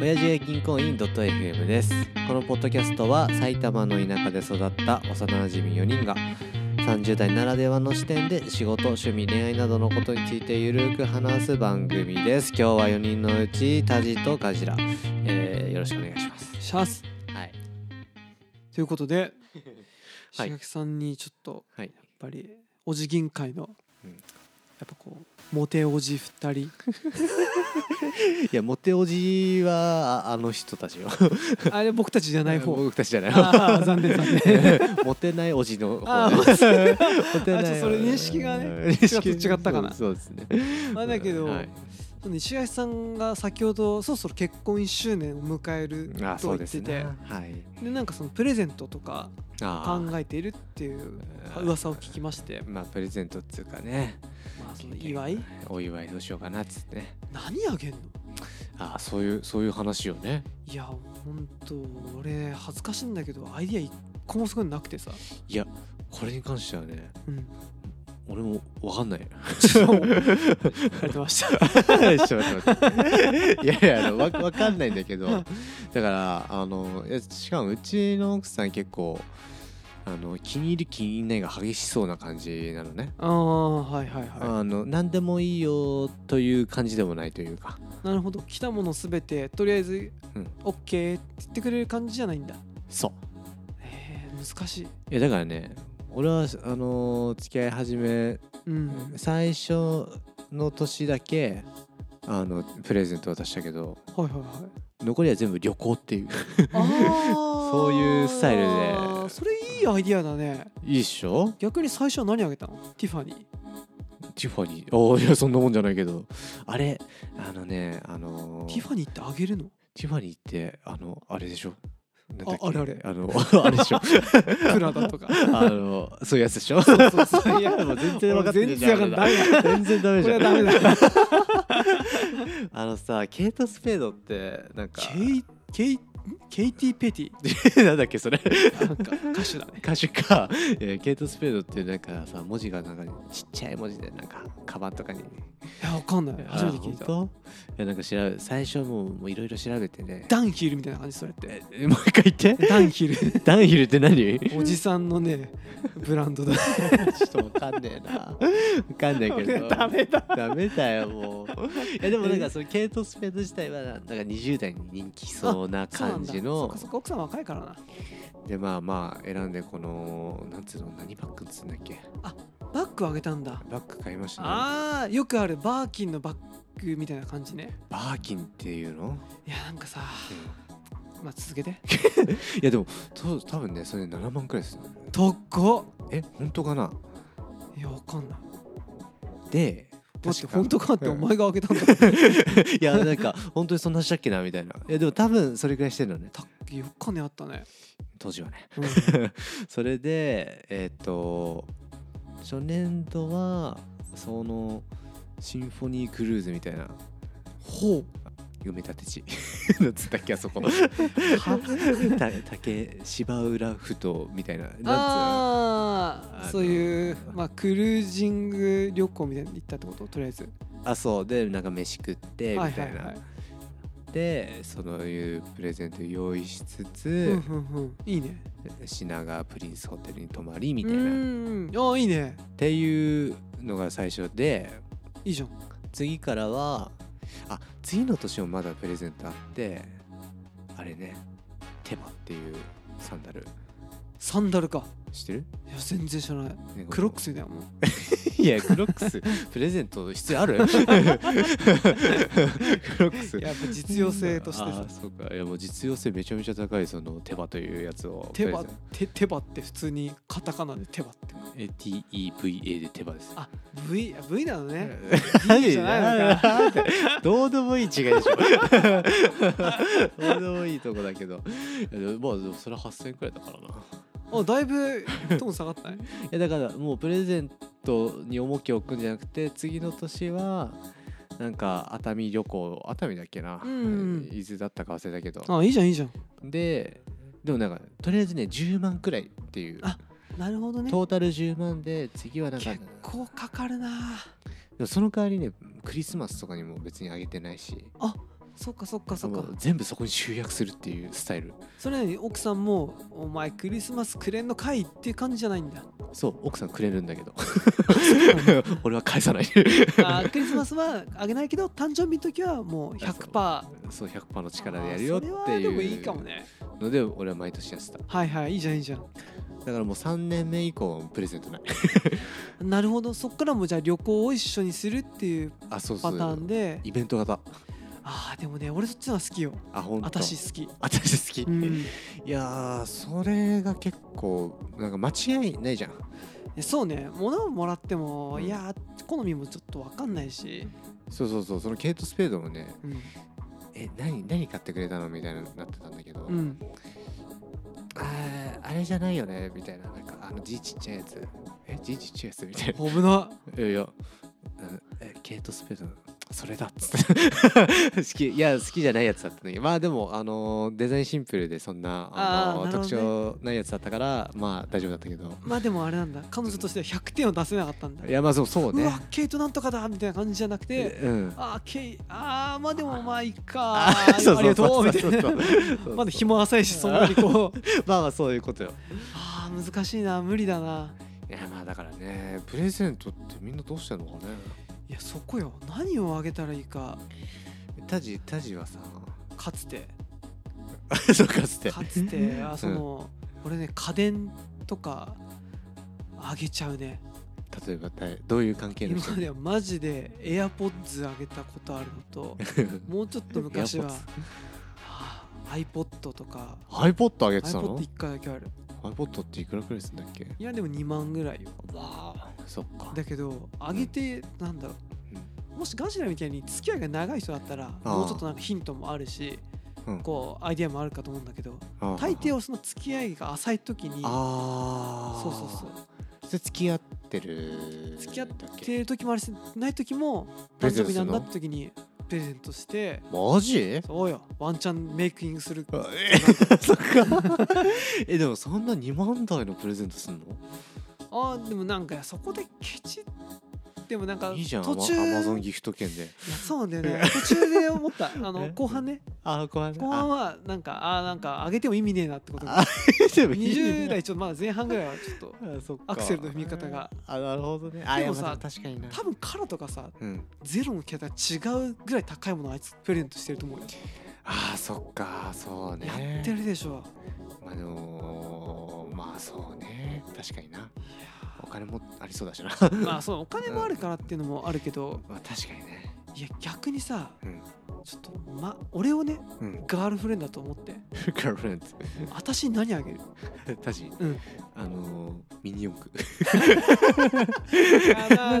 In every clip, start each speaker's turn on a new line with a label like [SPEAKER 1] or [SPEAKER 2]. [SPEAKER 1] 親父へ銀行員 .fm ですこのポッドキャストは埼玉の田舎で育った幼なじみ4人が30代ならではの視点で仕事趣味恋愛などのことについてゆるく話す番組です今日は4人のうちタジとカジラ、えーよろしくお願いします
[SPEAKER 2] シャス
[SPEAKER 1] はい
[SPEAKER 2] ということで
[SPEAKER 1] はい
[SPEAKER 2] 石垣さんにちょっと
[SPEAKER 1] はい
[SPEAKER 2] やっぱりおじ銀会の
[SPEAKER 1] うん
[SPEAKER 2] やっぱこうモテおじ二 人
[SPEAKER 1] いやモテおじはああの人たちよ
[SPEAKER 2] あれ僕たちじゃない方
[SPEAKER 1] 僕たちじゃない
[SPEAKER 2] あー残念残念
[SPEAKER 1] モテないおじの方
[SPEAKER 2] あー
[SPEAKER 1] モテ
[SPEAKER 2] あちょっとそれ認識がね
[SPEAKER 1] 認識
[SPEAKER 2] ちょっと違ったかな
[SPEAKER 1] そうそうですね
[SPEAKER 2] まあだけど、
[SPEAKER 1] はい
[SPEAKER 2] その石垣さんが先ほどそろそろ結婚1周年を迎える
[SPEAKER 1] あ
[SPEAKER 2] と
[SPEAKER 1] そ
[SPEAKER 2] 言
[SPEAKER 1] う
[SPEAKER 2] っ
[SPEAKER 1] です
[SPEAKER 2] てて
[SPEAKER 1] ね
[SPEAKER 2] で,、
[SPEAKER 1] はい
[SPEAKER 2] なんかそのプレゼントとか考
[SPEAKER 1] あ
[SPEAKER 2] えているっていう
[SPEAKER 1] あー
[SPEAKER 2] 噂を聞きまして
[SPEAKER 1] ー、まあプレゼントっつうかね
[SPEAKER 2] まあ、その祝い
[SPEAKER 1] お祝いどうしようかなっつってね
[SPEAKER 2] 何あげんの
[SPEAKER 1] ああそういうそういう話よね
[SPEAKER 2] いやほんと俺恥ずかしいんだけどアイディア一個もすごいなくてさ、
[SPEAKER 1] いやこれに関してはね
[SPEAKER 2] うん、
[SPEAKER 1] 俺もわ かんない
[SPEAKER 2] ちょっとやってました
[SPEAKER 1] ちょっと待っていやいやあのわわかんないんだけどだからあのいやしかもうちの奥さん結構あの気に入り気に入らないが激しそうな感じなのね
[SPEAKER 2] ああはいはいは
[SPEAKER 1] あの何でもいいよという感じでもないというか
[SPEAKER 2] いなるほど来たものすべてとりあえず
[SPEAKER 1] うん
[SPEAKER 2] オッケーって言ってくれる感じじゃないんだ
[SPEAKER 1] そう
[SPEAKER 2] えー、難しい
[SPEAKER 1] いやだからね俺はあのー付き合い始め
[SPEAKER 2] うん
[SPEAKER 1] 最初の年だけあのプレゼント渡したけど
[SPEAKER 2] はいはいはい
[SPEAKER 1] 残りは全部旅行っていう
[SPEAKER 2] ああ
[SPEAKER 1] そういうスタイルで
[SPEAKER 2] それいいアイディアだね
[SPEAKER 1] いいっしょ
[SPEAKER 2] 逆に最初は何あげたのティファニー
[SPEAKER 1] ティファニー ああいやそんなもんじゃないけどあれあのねあの
[SPEAKER 2] ティ
[SPEAKER 1] ー
[SPEAKER 2] ファニーってあげるの
[SPEAKER 1] ティファニーってあのあれでしょなんだっけ
[SPEAKER 2] ああれあれ
[SPEAKER 1] あの あれでしょ
[SPEAKER 2] プラダ とか
[SPEAKER 1] あのそう いうやつでしょ
[SPEAKER 2] そうそういや
[SPEAKER 1] もう全然分かってねえ
[SPEAKER 2] 全
[SPEAKER 1] じゃ
[SPEAKER 2] 然
[SPEAKER 1] ん
[SPEAKER 2] わかんないダメ だ
[SPEAKER 1] 全然ダメ
[SPEAKER 2] こ
[SPEAKER 1] じ
[SPEAKER 2] れ
[SPEAKER 1] ゃ
[SPEAKER 2] は
[SPEAKER 1] ん
[SPEAKER 2] ダメだ
[SPEAKER 1] あのさケイト・スペードってなんか
[SPEAKER 2] ケイケイケイティ・ペテ ィ
[SPEAKER 1] なんだっけそれ
[SPEAKER 2] なんか歌手だね
[SPEAKER 1] 歌手か、えーケイト・スペードってなんかさ文字がなんかちっちゃい文字でなんかカバンとかに
[SPEAKER 2] いやわかんない初めて聞い
[SPEAKER 1] あ
[SPEAKER 2] た
[SPEAKER 1] 本当いやなんか調べ最初もうもういろいろ調べてね
[SPEAKER 2] ダンヒルみたいな感じそれって
[SPEAKER 1] ええもう一回言って
[SPEAKER 2] ダン ヒル
[SPEAKER 1] ダンヒルって何 ちょ
[SPEAKER 2] おじさんのねブランドだ
[SPEAKER 1] っとわかんねえなわかんないけど
[SPEAKER 2] ダメだ
[SPEAKER 1] ダメだよもういやでもなんかそのケイト・スペード自体はなんか20代に人気そうな感じ
[SPEAKER 2] そうなんだそっ
[SPEAKER 1] の
[SPEAKER 2] かそっか奥さん若いからな
[SPEAKER 1] でまあまあ選んでこのなんつうの何バッグっつうんだっけ
[SPEAKER 2] バッグあげたんだ
[SPEAKER 1] バッグ買いましたね
[SPEAKER 2] あーよくあるバーキンのバッグみたいな感じね
[SPEAKER 1] バーキンっていうの、
[SPEAKER 2] いやなんかさまあ続けて
[SPEAKER 1] いやでもと多分ねそれ7万くらいでする
[SPEAKER 2] とっこ
[SPEAKER 1] え本当かない
[SPEAKER 2] やわかんない
[SPEAKER 1] で
[SPEAKER 2] だって本当かってお
[SPEAKER 1] うん
[SPEAKER 2] 前があげたんだ から
[SPEAKER 1] いやなんか本当にそんなしたっけなみたいないやでも多分それくらいしてるのね
[SPEAKER 2] たっけよっかねあったね、
[SPEAKER 1] 当時はね
[SPEAKER 2] うん、
[SPEAKER 1] それでえっ、と初年度はそのシンフォニークルーズみたいな
[SPEAKER 2] ほう
[SPEAKER 1] 埋め立て地 なんつったっけあそこた竹芝浦ふ頭みたいななんつうの
[SPEAKER 2] あ
[SPEAKER 1] あの
[SPEAKER 2] あそういうまあクルージング旅行みたいに行ったってこととりあえず
[SPEAKER 1] あそうでなんか飯食ってみたいな、
[SPEAKER 2] はいはいはい
[SPEAKER 1] でそのいうプレゼント用意しつ
[SPEAKER 2] うん
[SPEAKER 1] つ、
[SPEAKER 2] うんうんいいね
[SPEAKER 1] 品川プリンスホテルに泊まりみ
[SPEAKER 2] う
[SPEAKER 1] たいな、っ
[SPEAKER 2] んああいいね
[SPEAKER 1] ていうのが最初で
[SPEAKER 2] いいじゃん
[SPEAKER 1] 次からはあ次の年もまだプレゼントあってあれねテマっていうサンダル
[SPEAKER 2] サンダルか
[SPEAKER 1] 知ってる
[SPEAKER 2] いや全然知らないクロックスみたいなもん
[SPEAKER 1] いやクロック スプレゼント必要あるクロックス
[SPEAKER 2] やっぱ実用性としてさ
[SPEAKER 1] あーそうかいやもう実用性めちゃめちゃ高いその手羽というやつを
[SPEAKER 2] 手
[SPEAKER 1] プレ
[SPEAKER 2] 羽
[SPEAKER 1] ゼン
[SPEAKER 2] 手手羽って普通にカタカナで手羽って
[SPEAKER 1] え TEVA で手羽です
[SPEAKER 2] あ V, V な のね
[SPEAKER 1] 何
[SPEAKER 2] D じゃないのか
[SPEAKER 1] な んだどうでもいい違いでしょ どうでもいいとこだけどいやでもまあでもそれ8000円くらいだからな
[SPEAKER 2] あだいぶトーン下がった ね
[SPEAKER 1] いやだからもうプレゼントに重きを置くんじゃなくて次の年はなんか熱海旅行熱海だっけな、
[SPEAKER 2] うん
[SPEAKER 1] 伊豆だったか忘れたけど
[SPEAKER 2] あいいじゃんいいじゃん
[SPEAKER 1] ででもなんかとりあえずね10万くらいっていう
[SPEAKER 2] あなるほどね
[SPEAKER 1] トータル10万で次はなんか
[SPEAKER 2] 結構かかるな
[SPEAKER 1] でもその代わりねクリスマスとかにも別にあげてないし
[SPEAKER 2] あそっかそっかそっ
[SPEAKER 1] も
[SPEAKER 2] か
[SPEAKER 1] う全部そこに集約するっていうスタイル
[SPEAKER 2] それなのに奥さんも「お前クリスマスくれんのかい」っていう感じじゃないん だ
[SPEAKER 1] そう奥さんくれるんだけど
[SPEAKER 2] そうなの
[SPEAKER 1] 俺は返さない
[SPEAKER 2] あークリスマスはあげないけど誕生日の時はもう100%
[SPEAKER 1] そう100%の力でやるよって
[SPEAKER 2] あーそれはで
[SPEAKER 1] い
[SPEAKER 2] もいいかも
[SPEAKER 1] う
[SPEAKER 2] ね
[SPEAKER 1] ので俺は毎年やってた
[SPEAKER 2] はいはいいいじゃんいいじゃん
[SPEAKER 1] だからもう3年目以降はプレゼントない
[SPEAKER 2] なるほどそっからもじゃあ旅行を一緒にするっていう
[SPEAKER 1] あそうそ
[SPEAKER 2] パ
[SPEAKER 1] う
[SPEAKER 2] ターンで
[SPEAKER 1] イベント型
[SPEAKER 2] あーでもね俺そっちのは好きよ
[SPEAKER 1] あ本当
[SPEAKER 2] 私好き
[SPEAKER 1] 私好き、
[SPEAKER 2] うん
[SPEAKER 1] いやーそれが結構なんか間違いないじゃん
[SPEAKER 2] そうね物をもらっても、
[SPEAKER 1] うん
[SPEAKER 2] いやー好みもちょっと分かんないし、
[SPEAKER 1] そうそうそうそのケイト・スペードもね
[SPEAKER 2] うん
[SPEAKER 1] え何何買ってくれたのみたいななってたんだけど、
[SPEAKER 2] うん、
[SPEAKER 1] あーあれじゃないよねみたいななんかあの字ちっちゃいやつえ字ちっちゃいやつみたいな
[SPEAKER 2] 危ない
[SPEAKER 1] やいやうんえケイト・スペードのそれだっつって 好きいや好きじゃないやつだったねまあでもあのーデザインシンプルでそんなあの
[SPEAKER 2] あーな
[SPEAKER 1] 特
[SPEAKER 2] るほどね
[SPEAKER 1] 徴ないやつだったからまあ大丈夫だったけど
[SPEAKER 2] まあでもあれなんだ彼女としては100点を出せなかったんだ
[SPEAKER 1] いやまあそうそう
[SPEAKER 2] う
[SPEAKER 1] ね
[SPEAKER 2] わケイトなんとかだみたいな感じじゃなくて、
[SPEAKER 1] うん
[SPEAKER 2] あーケイあーまあでもまあいいか
[SPEAKER 1] あーそう
[SPEAKER 2] ありがとうみたい
[SPEAKER 1] そうそう
[SPEAKER 2] な
[SPEAKER 1] そうそう
[SPEAKER 2] まだ日も浅いしそんなにこう
[SPEAKER 1] まあまあそういうことよ
[SPEAKER 2] あー難しいな無理だない
[SPEAKER 1] やまあだからねプレゼントってみんなどうしてんのかね
[SPEAKER 2] いやそこよ何をあげたらいいか
[SPEAKER 1] タジタジ はさ
[SPEAKER 2] かつて
[SPEAKER 1] そうかつて
[SPEAKER 2] か つてあその、俺ね家電とかあげちゃうね
[SPEAKER 1] 例えば誰どういう関係の
[SPEAKER 2] 今
[SPEAKER 1] 人
[SPEAKER 2] まではマジで AirPods あげたことあるの ともうちょっと昔は
[SPEAKER 1] AirPods
[SPEAKER 2] はあ iPod とか
[SPEAKER 1] iPod あげてたの
[SPEAKER 2] iPod1 回だけある
[SPEAKER 1] iPod っていくらくらいするんだっけ
[SPEAKER 2] いやでも2万ぐらいよ
[SPEAKER 1] わあそっか
[SPEAKER 2] だけどあげてなんだろうもしガジラみたいに付き合いが長い人だったら
[SPEAKER 1] あー
[SPEAKER 2] もうちょっとなんかヒントもあるし
[SPEAKER 1] うん
[SPEAKER 2] こうアイデアもあるかと思うんだけど
[SPEAKER 1] ああ
[SPEAKER 2] 大抵はその付き合いが浅い時に
[SPEAKER 1] ああ
[SPEAKER 2] そうそうそう
[SPEAKER 1] うそれ付き合ってる
[SPEAKER 2] 付き合っ
[SPEAKER 1] だっけ
[SPEAKER 2] てる時もあるしない時も
[SPEAKER 1] プレ
[SPEAKER 2] 誕
[SPEAKER 1] ゼ
[SPEAKER 2] 生
[SPEAKER 1] ントす
[SPEAKER 2] 日な
[SPEAKER 1] る
[SPEAKER 2] ん
[SPEAKER 1] の
[SPEAKER 2] だって時にプレゼントして
[SPEAKER 1] マジ
[SPEAKER 2] そうよワンチャンメイクインする
[SPEAKER 1] あえそっか えでもそんな2万台のプレゼントすんの
[SPEAKER 2] あーでもなんかそこでケチでもなんか
[SPEAKER 1] いいじゃんア
[SPEAKER 2] 途
[SPEAKER 1] マ
[SPEAKER 2] 中
[SPEAKER 1] アマゾンギフト券で
[SPEAKER 2] いやそうなんだよね途中で思ったあの
[SPEAKER 1] え
[SPEAKER 2] 後半ね
[SPEAKER 1] あ怖い
[SPEAKER 2] 後半はなんかあーなんか上げても意味ねえなってこと が
[SPEAKER 1] あ でもいいね
[SPEAKER 2] 20代ちょっとまだ前半ぐらいはちょっ と
[SPEAKER 1] あそっか
[SPEAKER 2] アクセルの踏み方が
[SPEAKER 1] あなるほどねあ
[SPEAKER 2] でも
[SPEAKER 1] いや
[SPEAKER 2] さ
[SPEAKER 1] まあ確かにな
[SPEAKER 2] 多分カラとかさ
[SPEAKER 1] うん
[SPEAKER 2] ゼロの桁違うぐらい高いものあいつプレゼントしてると思うよ、
[SPEAKER 1] あーそっかそうね
[SPEAKER 2] やってるでしょ
[SPEAKER 1] まあでもまあそうね確かにないお金もありそうだしな
[SPEAKER 2] やまあそうお金もあるからっていうのもあるけど
[SPEAKER 1] まあ確かにね
[SPEAKER 2] いや逆にさ
[SPEAKER 1] うん
[SPEAKER 2] ちょっと、ま、俺をね
[SPEAKER 1] うん
[SPEAKER 2] ガールフレンドだと思って
[SPEAKER 1] ガールフレン
[SPEAKER 2] 私に何 あげる
[SPEAKER 1] ド確かに、
[SPEAKER 2] うん
[SPEAKER 1] あのー、ミニ四駆ス
[SPEAKER 2] やだな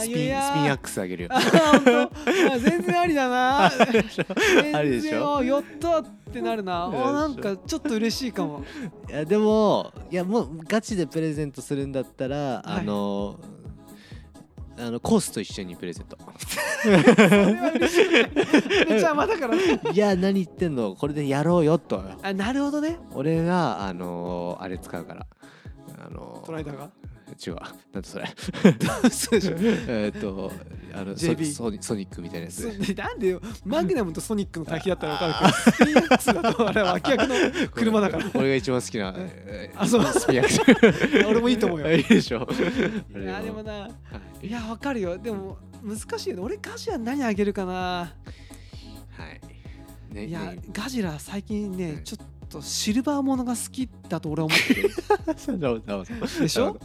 [SPEAKER 2] ー
[SPEAKER 1] ピンスピ
[SPEAKER 2] い
[SPEAKER 1] ン
[SPEAKER 2] や
[SPEAKER 1] アックスあげるよ
[SPEAKER 2] あー 本当あ全然あり だな
[SPEAKER 1] ありでしょ
[SPEAKER 2] 全然よっとってなるなあ
[SPEAKER 1] よいしょ
[SPEAKER 2] なんかちょっと嬉しいか も
[SPEAKER 1] いやでもいやもうガチでプレゼントするんだったら、あのーあのコースと一緒にプレゼン ト
[SPEAKER 2] それは嬉しいねめっちゃまだからね
[SPEAKER 1] いや何言ってんのこれでやろうよと
[SPEAKER 2] あなるほどね
[SPEAKER 1] 俺があのー、あれ使うからあのー、
[SPEAKER 2] トライダーが
[SPEAKER 1] 違うわなんだそれ
[SPEAKER 2] そうでしょ
[SPEAKER 1] えーっとあのソ
[SPEAKER 2] JB
[SPEAKER 1] ソニソニックみたいなや
[SPEAKER 2] そ
[SPEAKER 1] つ
[SPEAKER 2] なんでよマグナムとソニックの滝だったら分か るけどスピンアックスだとあれは脇役の車だから
[SPEAKER 1] 俺が一番好きなえー
[SPEAKER 2] あそう
[SPEAKER 1] スピアクション
[SPEAKER 2] 俺もいいと思う よ
[SPEAKER 1] いいでしょあ
[SPEAKER 2] い
[SPEAKER 1] れ
[SPEAKER 2] や
[SPEAKER 1] は
[SPEAKER 2] でもな
[SPEAKER 1] はい
[SPEAKER 2] いや分かるよでも難しいよね俺ガジラ何あげるかな
[SPEAKER 1] はいね
[SPEAKER 2] いや
[SPEAKER 1] ね
[SPEAKER 2] ガジラ最近ね、
[SPEAKER 1] うん
[SPEAKER 2] ちょっとシルバーものが好きだと俺は思ってる
[SPEAKER 1] そうだそうだそうだ
[SPEAKER 2] でしょ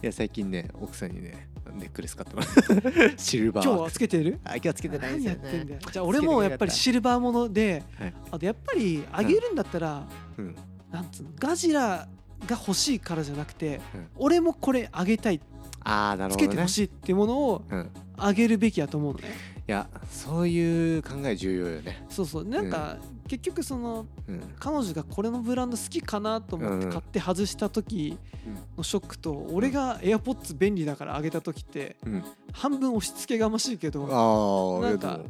[SPEAKER 1] いや最近ね奥さんにねネックレス買ってもらった シルバ
[SPEAKER 2] 今
[SPEAKER 1] ー
[SPEAKER 2] 日はつけてる
[SPEAKER 1] あ今日はつけてないで
[SPEAKER 2] 何
[SPEAKER 1] すよ
[SPEAKER 2] や
[SPEAKER 1] ね
[SPEAKER 2] ってんだよじゃあ俺もやっぱりシルバーもので、
[SPEAKER 1] はい
[SPEAKER 2] あとやっぱりあげるんだったら、
[SPEAKER 1] うん
[SPEAKER 2] なんつうのガジラが欲しいからじゃなくて、
[SPEAKER 1] うん
[SPEAKER 2] 俺もこれあげたい
[SPEAKER 1] ああなる
[SPEAKER 2] つ
[SPEAKER 1] ほ
[SPEAKER 2] け
[SPEAKER 1] ど
[SPEAKER 2] て
[SPEAKER 1] ね
[SPEAKER 2] ほしいってものを
[SPEAKER 1] うん
[SPEAKER 2] あげるべきやと思うのね
[SPEAKER 1] いやそういう考え重要よね
[SPEAKER 2] そうそうなんか、結局その
[SPEAKER 1] うん
[SPEAKER 2] 彼女がこれのブランド好きかなと思って
[SPEAKER 1] うん
[SPEAKER 2] 買って外した時のショックと、俺が AirPods 便利だからあげた時って、
[SPEAKER 1] うん
[SPEAKER 2] 半分押し付けがましいけど
[SPEAKER 1] ああ
[SPEAKER 2] なんか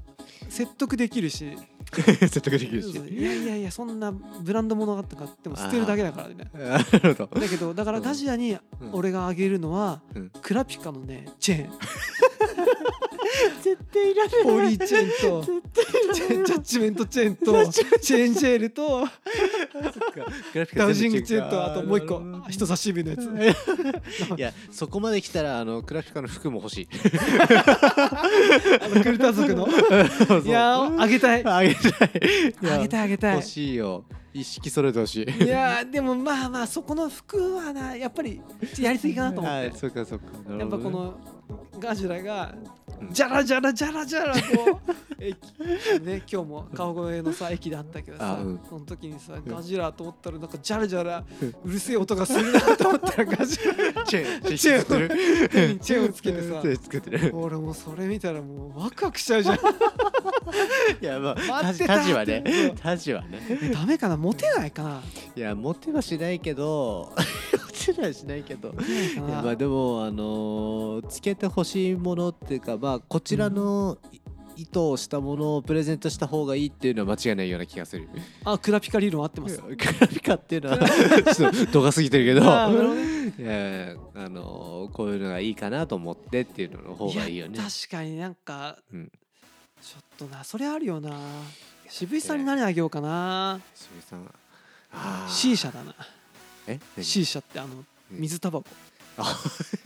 [SPEAKER 2] 説得できるし
[SPEAKER 1] 説得できるし
[SPEAKER 2] いやいやいやそんなブランド物があったかっても捨てるだけだからね
[SPEAKER 1] なるほど
[SPEAKER 2] だけどだからガジラに
[SPEAKER 1] うん
[SPEAKER 2] 俺があげるのは、
[SPEAKER 1] うん
[SPEAKER 2] クラピカのねチェーン絶
[SPEAKER 3] 対いられ
[SPEAKER 2] ポ
[SPEAKER 3] ない
[SPEAKER 2] リーチェンと
[SPEAKER 3] 絶対いら
[SPEAKER 2] ジ
[SPEAKER 3] れ
[SPEAKER 2] ャ
[SPEAKER 3] ない
[SPEAKER 2] ジャッジメントチェーンとチェーンジェールと
[SPEAKER 1] グラフィック
[SPEAKER 2] ダ
[SPEAKER 1] が
[SPEAKER 2] ウジ
[SPEAKER 1] 全
[SPEAKER 2] ン
[SPEAKER 1] 部違
[SPEAKER 2] グチェーンとあともう一個
[SPEAKER 3] なるほど
[SPEAKER 2] 人差し指のやつ
[SPEAKER 1] いやそこまで来たらあのクラフィカの服も欲 しい
[SPEAKER 2] あのクルタ族のいやーあげたい
[SPEAKER 1] あげたいいや
[SPEAKER 2] あげたいあげたい
[SPEAKER 1] 欲しいよ一式それてほしい
[SPEAKER 2] いやーでもまあまあそこの服はなやっぱりやりすぎかなと思って、
[SPEAKER 1] はいそっかそっか
[SPEAKER 2] やっぱこのガジュラが
[SPEAKER 1] うん
[SPEAKER 2] ジャラジャラジャラジャラこう 駅ね今日も川越のさ駅だったけどさ、
[SPEAKER 1] あうん
[SPEAKER 2] その時にさ
[SPEAKER 1] ん
[SPEAKER 2] ガジュラと思ったらなんかジャラジャラうるせえ音がするなと思ったらガジュラ
[SPEAKER 1] チェーン
[SPEAKER 2] チェーン
[SPEAKER 1] つけてる
[SPEAKER 2] 手にチェーンをつけてさ
[SPEAKER 1] 手につけてる
[SPEAKER 2] 俺もうそれ見たらもうワクワクしちゃうじゃん
[SPEAKER 1] いやまあ
[SPEAKER 2] 待ってた
[SPEAKER 1] タジはね
[SPEAKER 2] そう
[SPEAKER 1] タジはね
[SPEAKER 2] ダメかなモテないかない
[SPEAKER 1] やモテはしないけど モテはしないけど
[SPEAKER 2] モテない
[SPEAKER 1] い
[SPEAKER 2] か
[SPEAKER 1] や
[SPEAKER 2] な
[SPEAKER 1] まあでもあのーつけてほしいものっていうかまあこちらのい意図をしたものをプレゼントした方がいいっていうのは間違いないような気がする。
[SPEAKER 2] あクラピカ理論合ってます
[SPEAKER 1] グラフィカっていうのはちょっと度が過ぎてるけど
[SPEAKER 2] あーなるほどね
[SPEAKER 1] いやあのーこういうのがいいかなと思ってっていうのの方がいいよね
[SPEAKER 2] や。確かになんか、
[SPEAKER 1] うん
[SPEAKER 2] ちょっとなそれあるよな渋井さんに何あげようかな
[SPEAKER 1] 渋井さんあー
[SPEAKER 2] C 社だな
[SPEAKER 1] え
[SPEAKER 2] C 社ってあの水タバコ
[SPEAKER 1] あ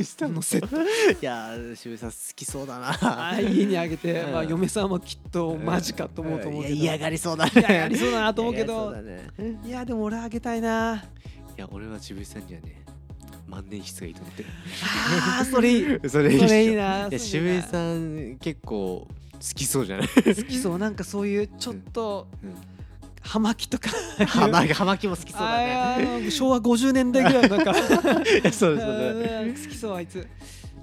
[SPEAKER 1] 下
[SPEAKER 2] のセッ ト
[SPEAKER 1] いやー渋井さん好きそうだ
[SPEAKER 2] あ
[SPEAKER 1] な。
[SPEAKER 2] あ家にあげて、
[SPEAKER 1] うん
[SPEAKER 2] まあ、嫁さんもきっとマジかと思うと思うけど、
[SPEAKER 1] いや嫌がりそうだね。
[SPEAKER 2] 嫌がりそうだなと思うけ
[SPEAKER 1] 嫌
[SPEAKER 2] ど
[SPEAKER 1] がりそうだね
[SPEAKER 2] いやでも俺あげたいない
[SPEAKER 1] や俺は渋井さんにはね万年筆がいいと思ってる。
[SPEAKER 2] あ ーそれいい
[SPEAKER 1] それいいっし
[SPEAKER 2] そ
[SPEAKER 1] ょ
[SPEAKER 2] れいい
[SPEAKER 1] い
[SPEAKER 2] な
[SPEAKER 1] や
[SPEAKER 2] そ
[SPEAKER 1] 渋
[SPEAKER 2] れいい
[SPEAKER 1] 井
[SPEAKER 2] な
[SPEAKER 1] さん結構好きそうじゃない。
[SPEAKER 2] 好きそうなんかそういうちょっと
[SPEAKER 1] うん
[SPEAKER 2] 葉巻とか
[SPEAKER 1] 葉巻葉巻も好きそうだね。
[SPEAKER 2] あーあの昭和50年代ぐらいのなんか
[SPEAKER 1] いや そうですそう
[SPEAKER 2] あ
[SPEAKER 1] です。
[SPEAKER 2] ー好きそうあいつ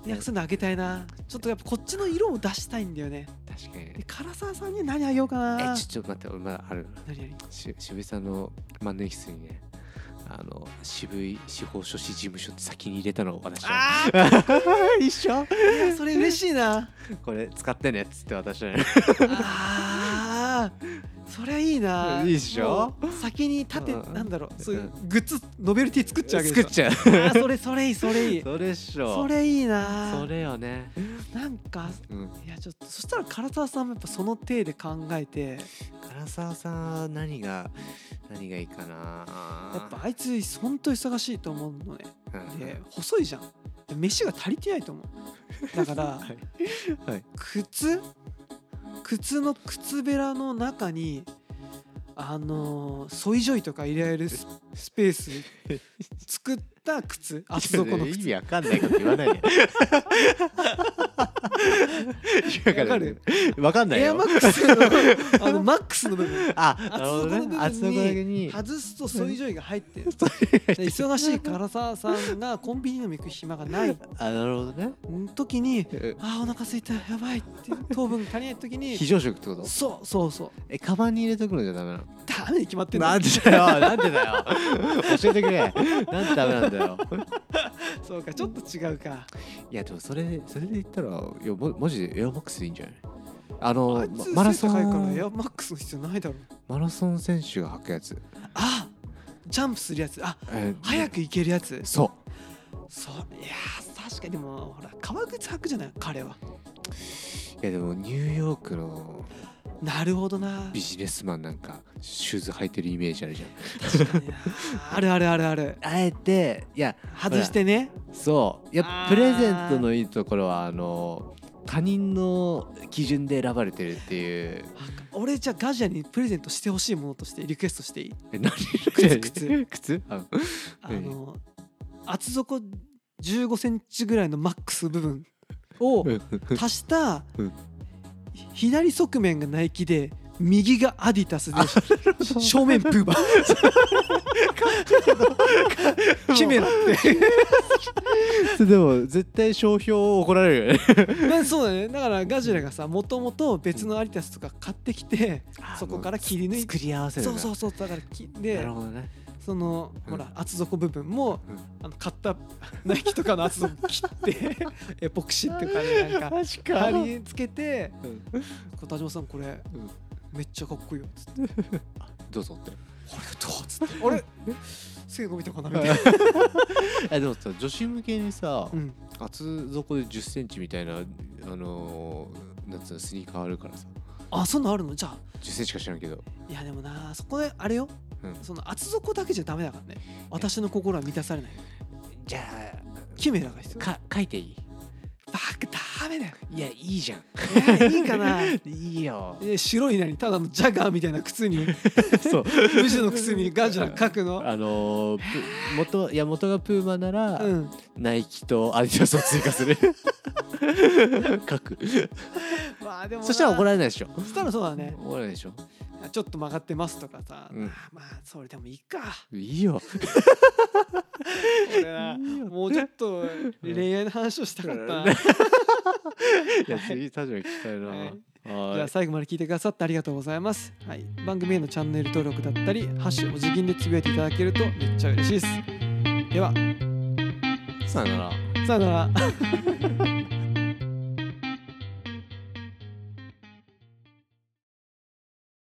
[SPEAKER 2] いやそういうのあげたいなちょっとやっぱこっちの色を出したいんだよね
[SPEAKER 1] 確かに
[SPEAKER 2] で。唐沢さんに何あげようかな
[SPEAKER 1] えちょっと待って俺まだあるな
[SPEAKER 2] 何何
[SPEAKER 1] し渋井さんの万年筆にねあの渋い司法書士事務所って先に入れたのを私は
[SPEAKER 2] あ
[SPEAKER 1] 一緒
[SPEAKER 2] ーいやそれ嬉しいな
[SPEAKER 1] これ使ってねっつって私 はね
[SPEAKER 2] あーそりゃいいない
[SPEAKER 1] いっしょ
[SPEAKER 2] もう先に立て
[SPEAKER 1] うん
[SPEAKER 2] なんだろうそういうグッズノベルティ作っちゃうわけ
[SPEAKER 1] 作っ
[SPEAKER 2] でし
[SPEAKER 1] ちゃう
[SPEAKER 2] ょあーそれそれいいそれい い
[SPEAKER 1] それっしょ
[SPEAKER 2] それいい
[SPEAKER 1] そ
[SPEAKER 2] な
[SPEAKER 1] れよね
[SPEAKER 2] なんか
[SPEAKER 1] うん
[SPEAKER 2] いやちょっとそしたら唐沢さんもやっぱその体で考えて
[SPEAKER 1] 唐沢さんは何が何がいいかな
[SPEAKER 2] やっぱあいつ本当忙しいと思うのね
[SPEAKER 1] うん
[SPEAKER 2] で細いじゃんで飯が足りてないと思うだから、
[SPEAKER 1] はいはい
[SPEAKER 2] 靴靴の靴べらの中にあのー、ソイジョイとか入れられるススペース作った靴厚底の
[SPEAKER 1] 意
[SPEAKER 2] 靴
[SPEAKER 1] 味わかんないこと言わない で意味わかんないわかんない
[SPEAKER 2] エアマ
[SPEAKER 1] よ
[SPEAKER 2] ックス のあのマックスの部分
[SPEAKER 1] あなるほどね
[SPEAKER 2] 厚
[SPEAKER 1] 厚底
[SPEAKER 2] 底の部分
[SPEAKER 1] だけに
[SPEAKER 2] 外すとソイジョイが入ってるで忙しい唐沢さんがコンビニ飲み行く暇がない
[SPEAKER 1] あなるほどね
[SPEAKER 2] 時にあーお腹空いたやばいって糖分足りない時に
[SPEAKER 1] 非常食ってこと
[SPEAKER 2] そうそうそう
[SPEAKER 1] えカバンに入れとくのじゃダメなの
[SPEAKER 2] ダメに決まってんだ
[SPEAKER 1] なんでだよなんでだよ教えてくれなんでダメなんだよ
[SPEAKER 2] そうかちょっと違うか
[SPEAKER 1] いやでもそれそれで言ったらいやまマジでエアマックスでいいんじゃないあの
[SPEAKER 2] あいつ
[SPEAKER 1] まマラソ
[SPEAKER 2] 背高いからエ
[SPEAKER 1] ン
[SPEAKER 2] アマックスの必要ないだろ
[SPEAKER 1] マラソン選手が履くやつ、
[SPEAKER 2] あジャンプするやつあ
[SPEAKER 1] えー
[SPEAKER 2] 早く行けるやつ
[SPEAKER 1] そ
[SPEAKER 2] そういやー確かにでもほら革靴履くじゃない彼は
[SPEAKER 1] ういやでもニューヨークの
[SPEAKER 2] なるほどな
[SPEAKER 1] ビジネスマンなんかシューズ履いてるイメージあるじゃん
[SPEAKER 2] 確かになあるあるあるある
[SPEAKER 1] あえていや
[SPEAKER 2] 外してね
[SPEAKER 1] そうやっぱ
[SPEAKER 2] あー
[SPEAKER 1] プレゼントのいいところはあの他人の基準で選ばれてるっていう
[SPEAKER 2] 俺じゃあガジアにプレゼントしてほしいものとしてリクエストしていい
[SPEAKER 1] え何
[SPEAKER 2] 靴靴
[SPEAKER 1] 靴あ
[SPEAKER 2] あの厚底15センチぐらいのマックス部分を
[SPEAKER 1] うん
[SPEAKER 2] 足した
[SPEAKER 1] うん
[SPEAKER 2] 左側面がナイキで右がアディタスで正面プーバー 姫だって
[SPEAKER 1] それでも絶対商標を怒られるよね
[SPEAKER 2] まあそう だねだからガジュラがさもともと別のアディタスとか買ってきてそこから切り抜いて
[SPEAKER 1] 作り合わせる
[SPEAKER 2] そ
[SPEAKER 1] ん
[SPEAKER 2] う
[SPEAKER 1] だ
[SPEAKER 2] そうそうだからきで
[SPEAKER 1] なるほどね
[SPEAKER 2] その
[SPEAKER 1] うん
[SPEAKER 2] ほら厚底部分も
[SPEAKER 1] うん
[SPEAKER 2] あの買ったナイキとかの厚底切 ってエポクシとかでなんか
[SPEAKER 1] 確
[SPEAKER 2] 貼り付けて
[SPEAKER 1] うん
[SPEAKER 2] 「田島さんこれ
[SPEAKER 1] うん
[SPEAKER 2] めっちゃかっこいいよ」っつって
[SPEAKER 1] どうぞって
[SPEAKER 2] 「ありがと う」っつって「あれ背伸びたかな」みたいな。
[SPEAKER 1] えでもさ女子向けにさ
[SPEAKER 2] うん
[SPEAKER 1] 厚底で1 0ンチみたいなあのーなんつうのスニーカーあるからさ
[SPEAKER 2] あそんなんあるのじゃあ
[SPEAKER 1] 1 0ンチしか知らんけど
[SPEAKER 2] いやでもなそこであれよ、
[SPEAKER 1] うん
[SPEAKER 2] その厚底だけじゃダメだからね私の心は満たされない
[SPEAKER 1] じゃ
[SPEAKER 2] キメラが必要
[SPEAKER 1] か書いていい
[SPEAKER 2] バカダメだよ
[SPEAKER 1] いやいいじゃん
[SPEAKER 2] いやいいかな い
[SPEAKER 1] いいよ
[SPEAKER 2] や白いなにただのジャガーみたいな靴に
[SPEAKER 1] そう
[SPEAKER 2] 無地の靴にガンジャラ書くの
[SPEAKER 1] あのー、プ元いや元がプーマなら、
[SPEAKER 2] うん
[SPEAKER 1] ナイキとアディダスを追加する 書く
[SPEAKER 2] まあでもな
[SPEAKER 1] そしたら怒られないでしょ
[SPEAKER 2] そしたらそうだね
[SPEAKER 1] 怒られないでしょ
[SPEAKER 2] ちょっと曲がってますとかさ、
[SPEAKER 1] うん
[SPEAKER 2] あーまあそれでもいいか
[SPEAKER 1] いい よ
[SPEAKER 2] 俺ない
[SPEAKER 1] いよ
[SPEAKER 2] もうちょっと恋愛の話をしたかったな、
[SPEAKER 1] うん
[SPEAKER 2] はい
[SPEAKER 1] いや次確かに聞きたいな、
[SPEAKER 2] はい
[SPEAKER 1] はーい
[SPEAKER 2] じゃあ最後まで聞いてくださってありがとうございます、はい、番組へのチャンネル登録だったり「ハッシュお辞儀」でつぶやいていただけるとめっちゃ嬉しいですでは
[SPEAKER 1] さよなら
[SPEAKER 2] さよなら
[SPEAKER 1] 「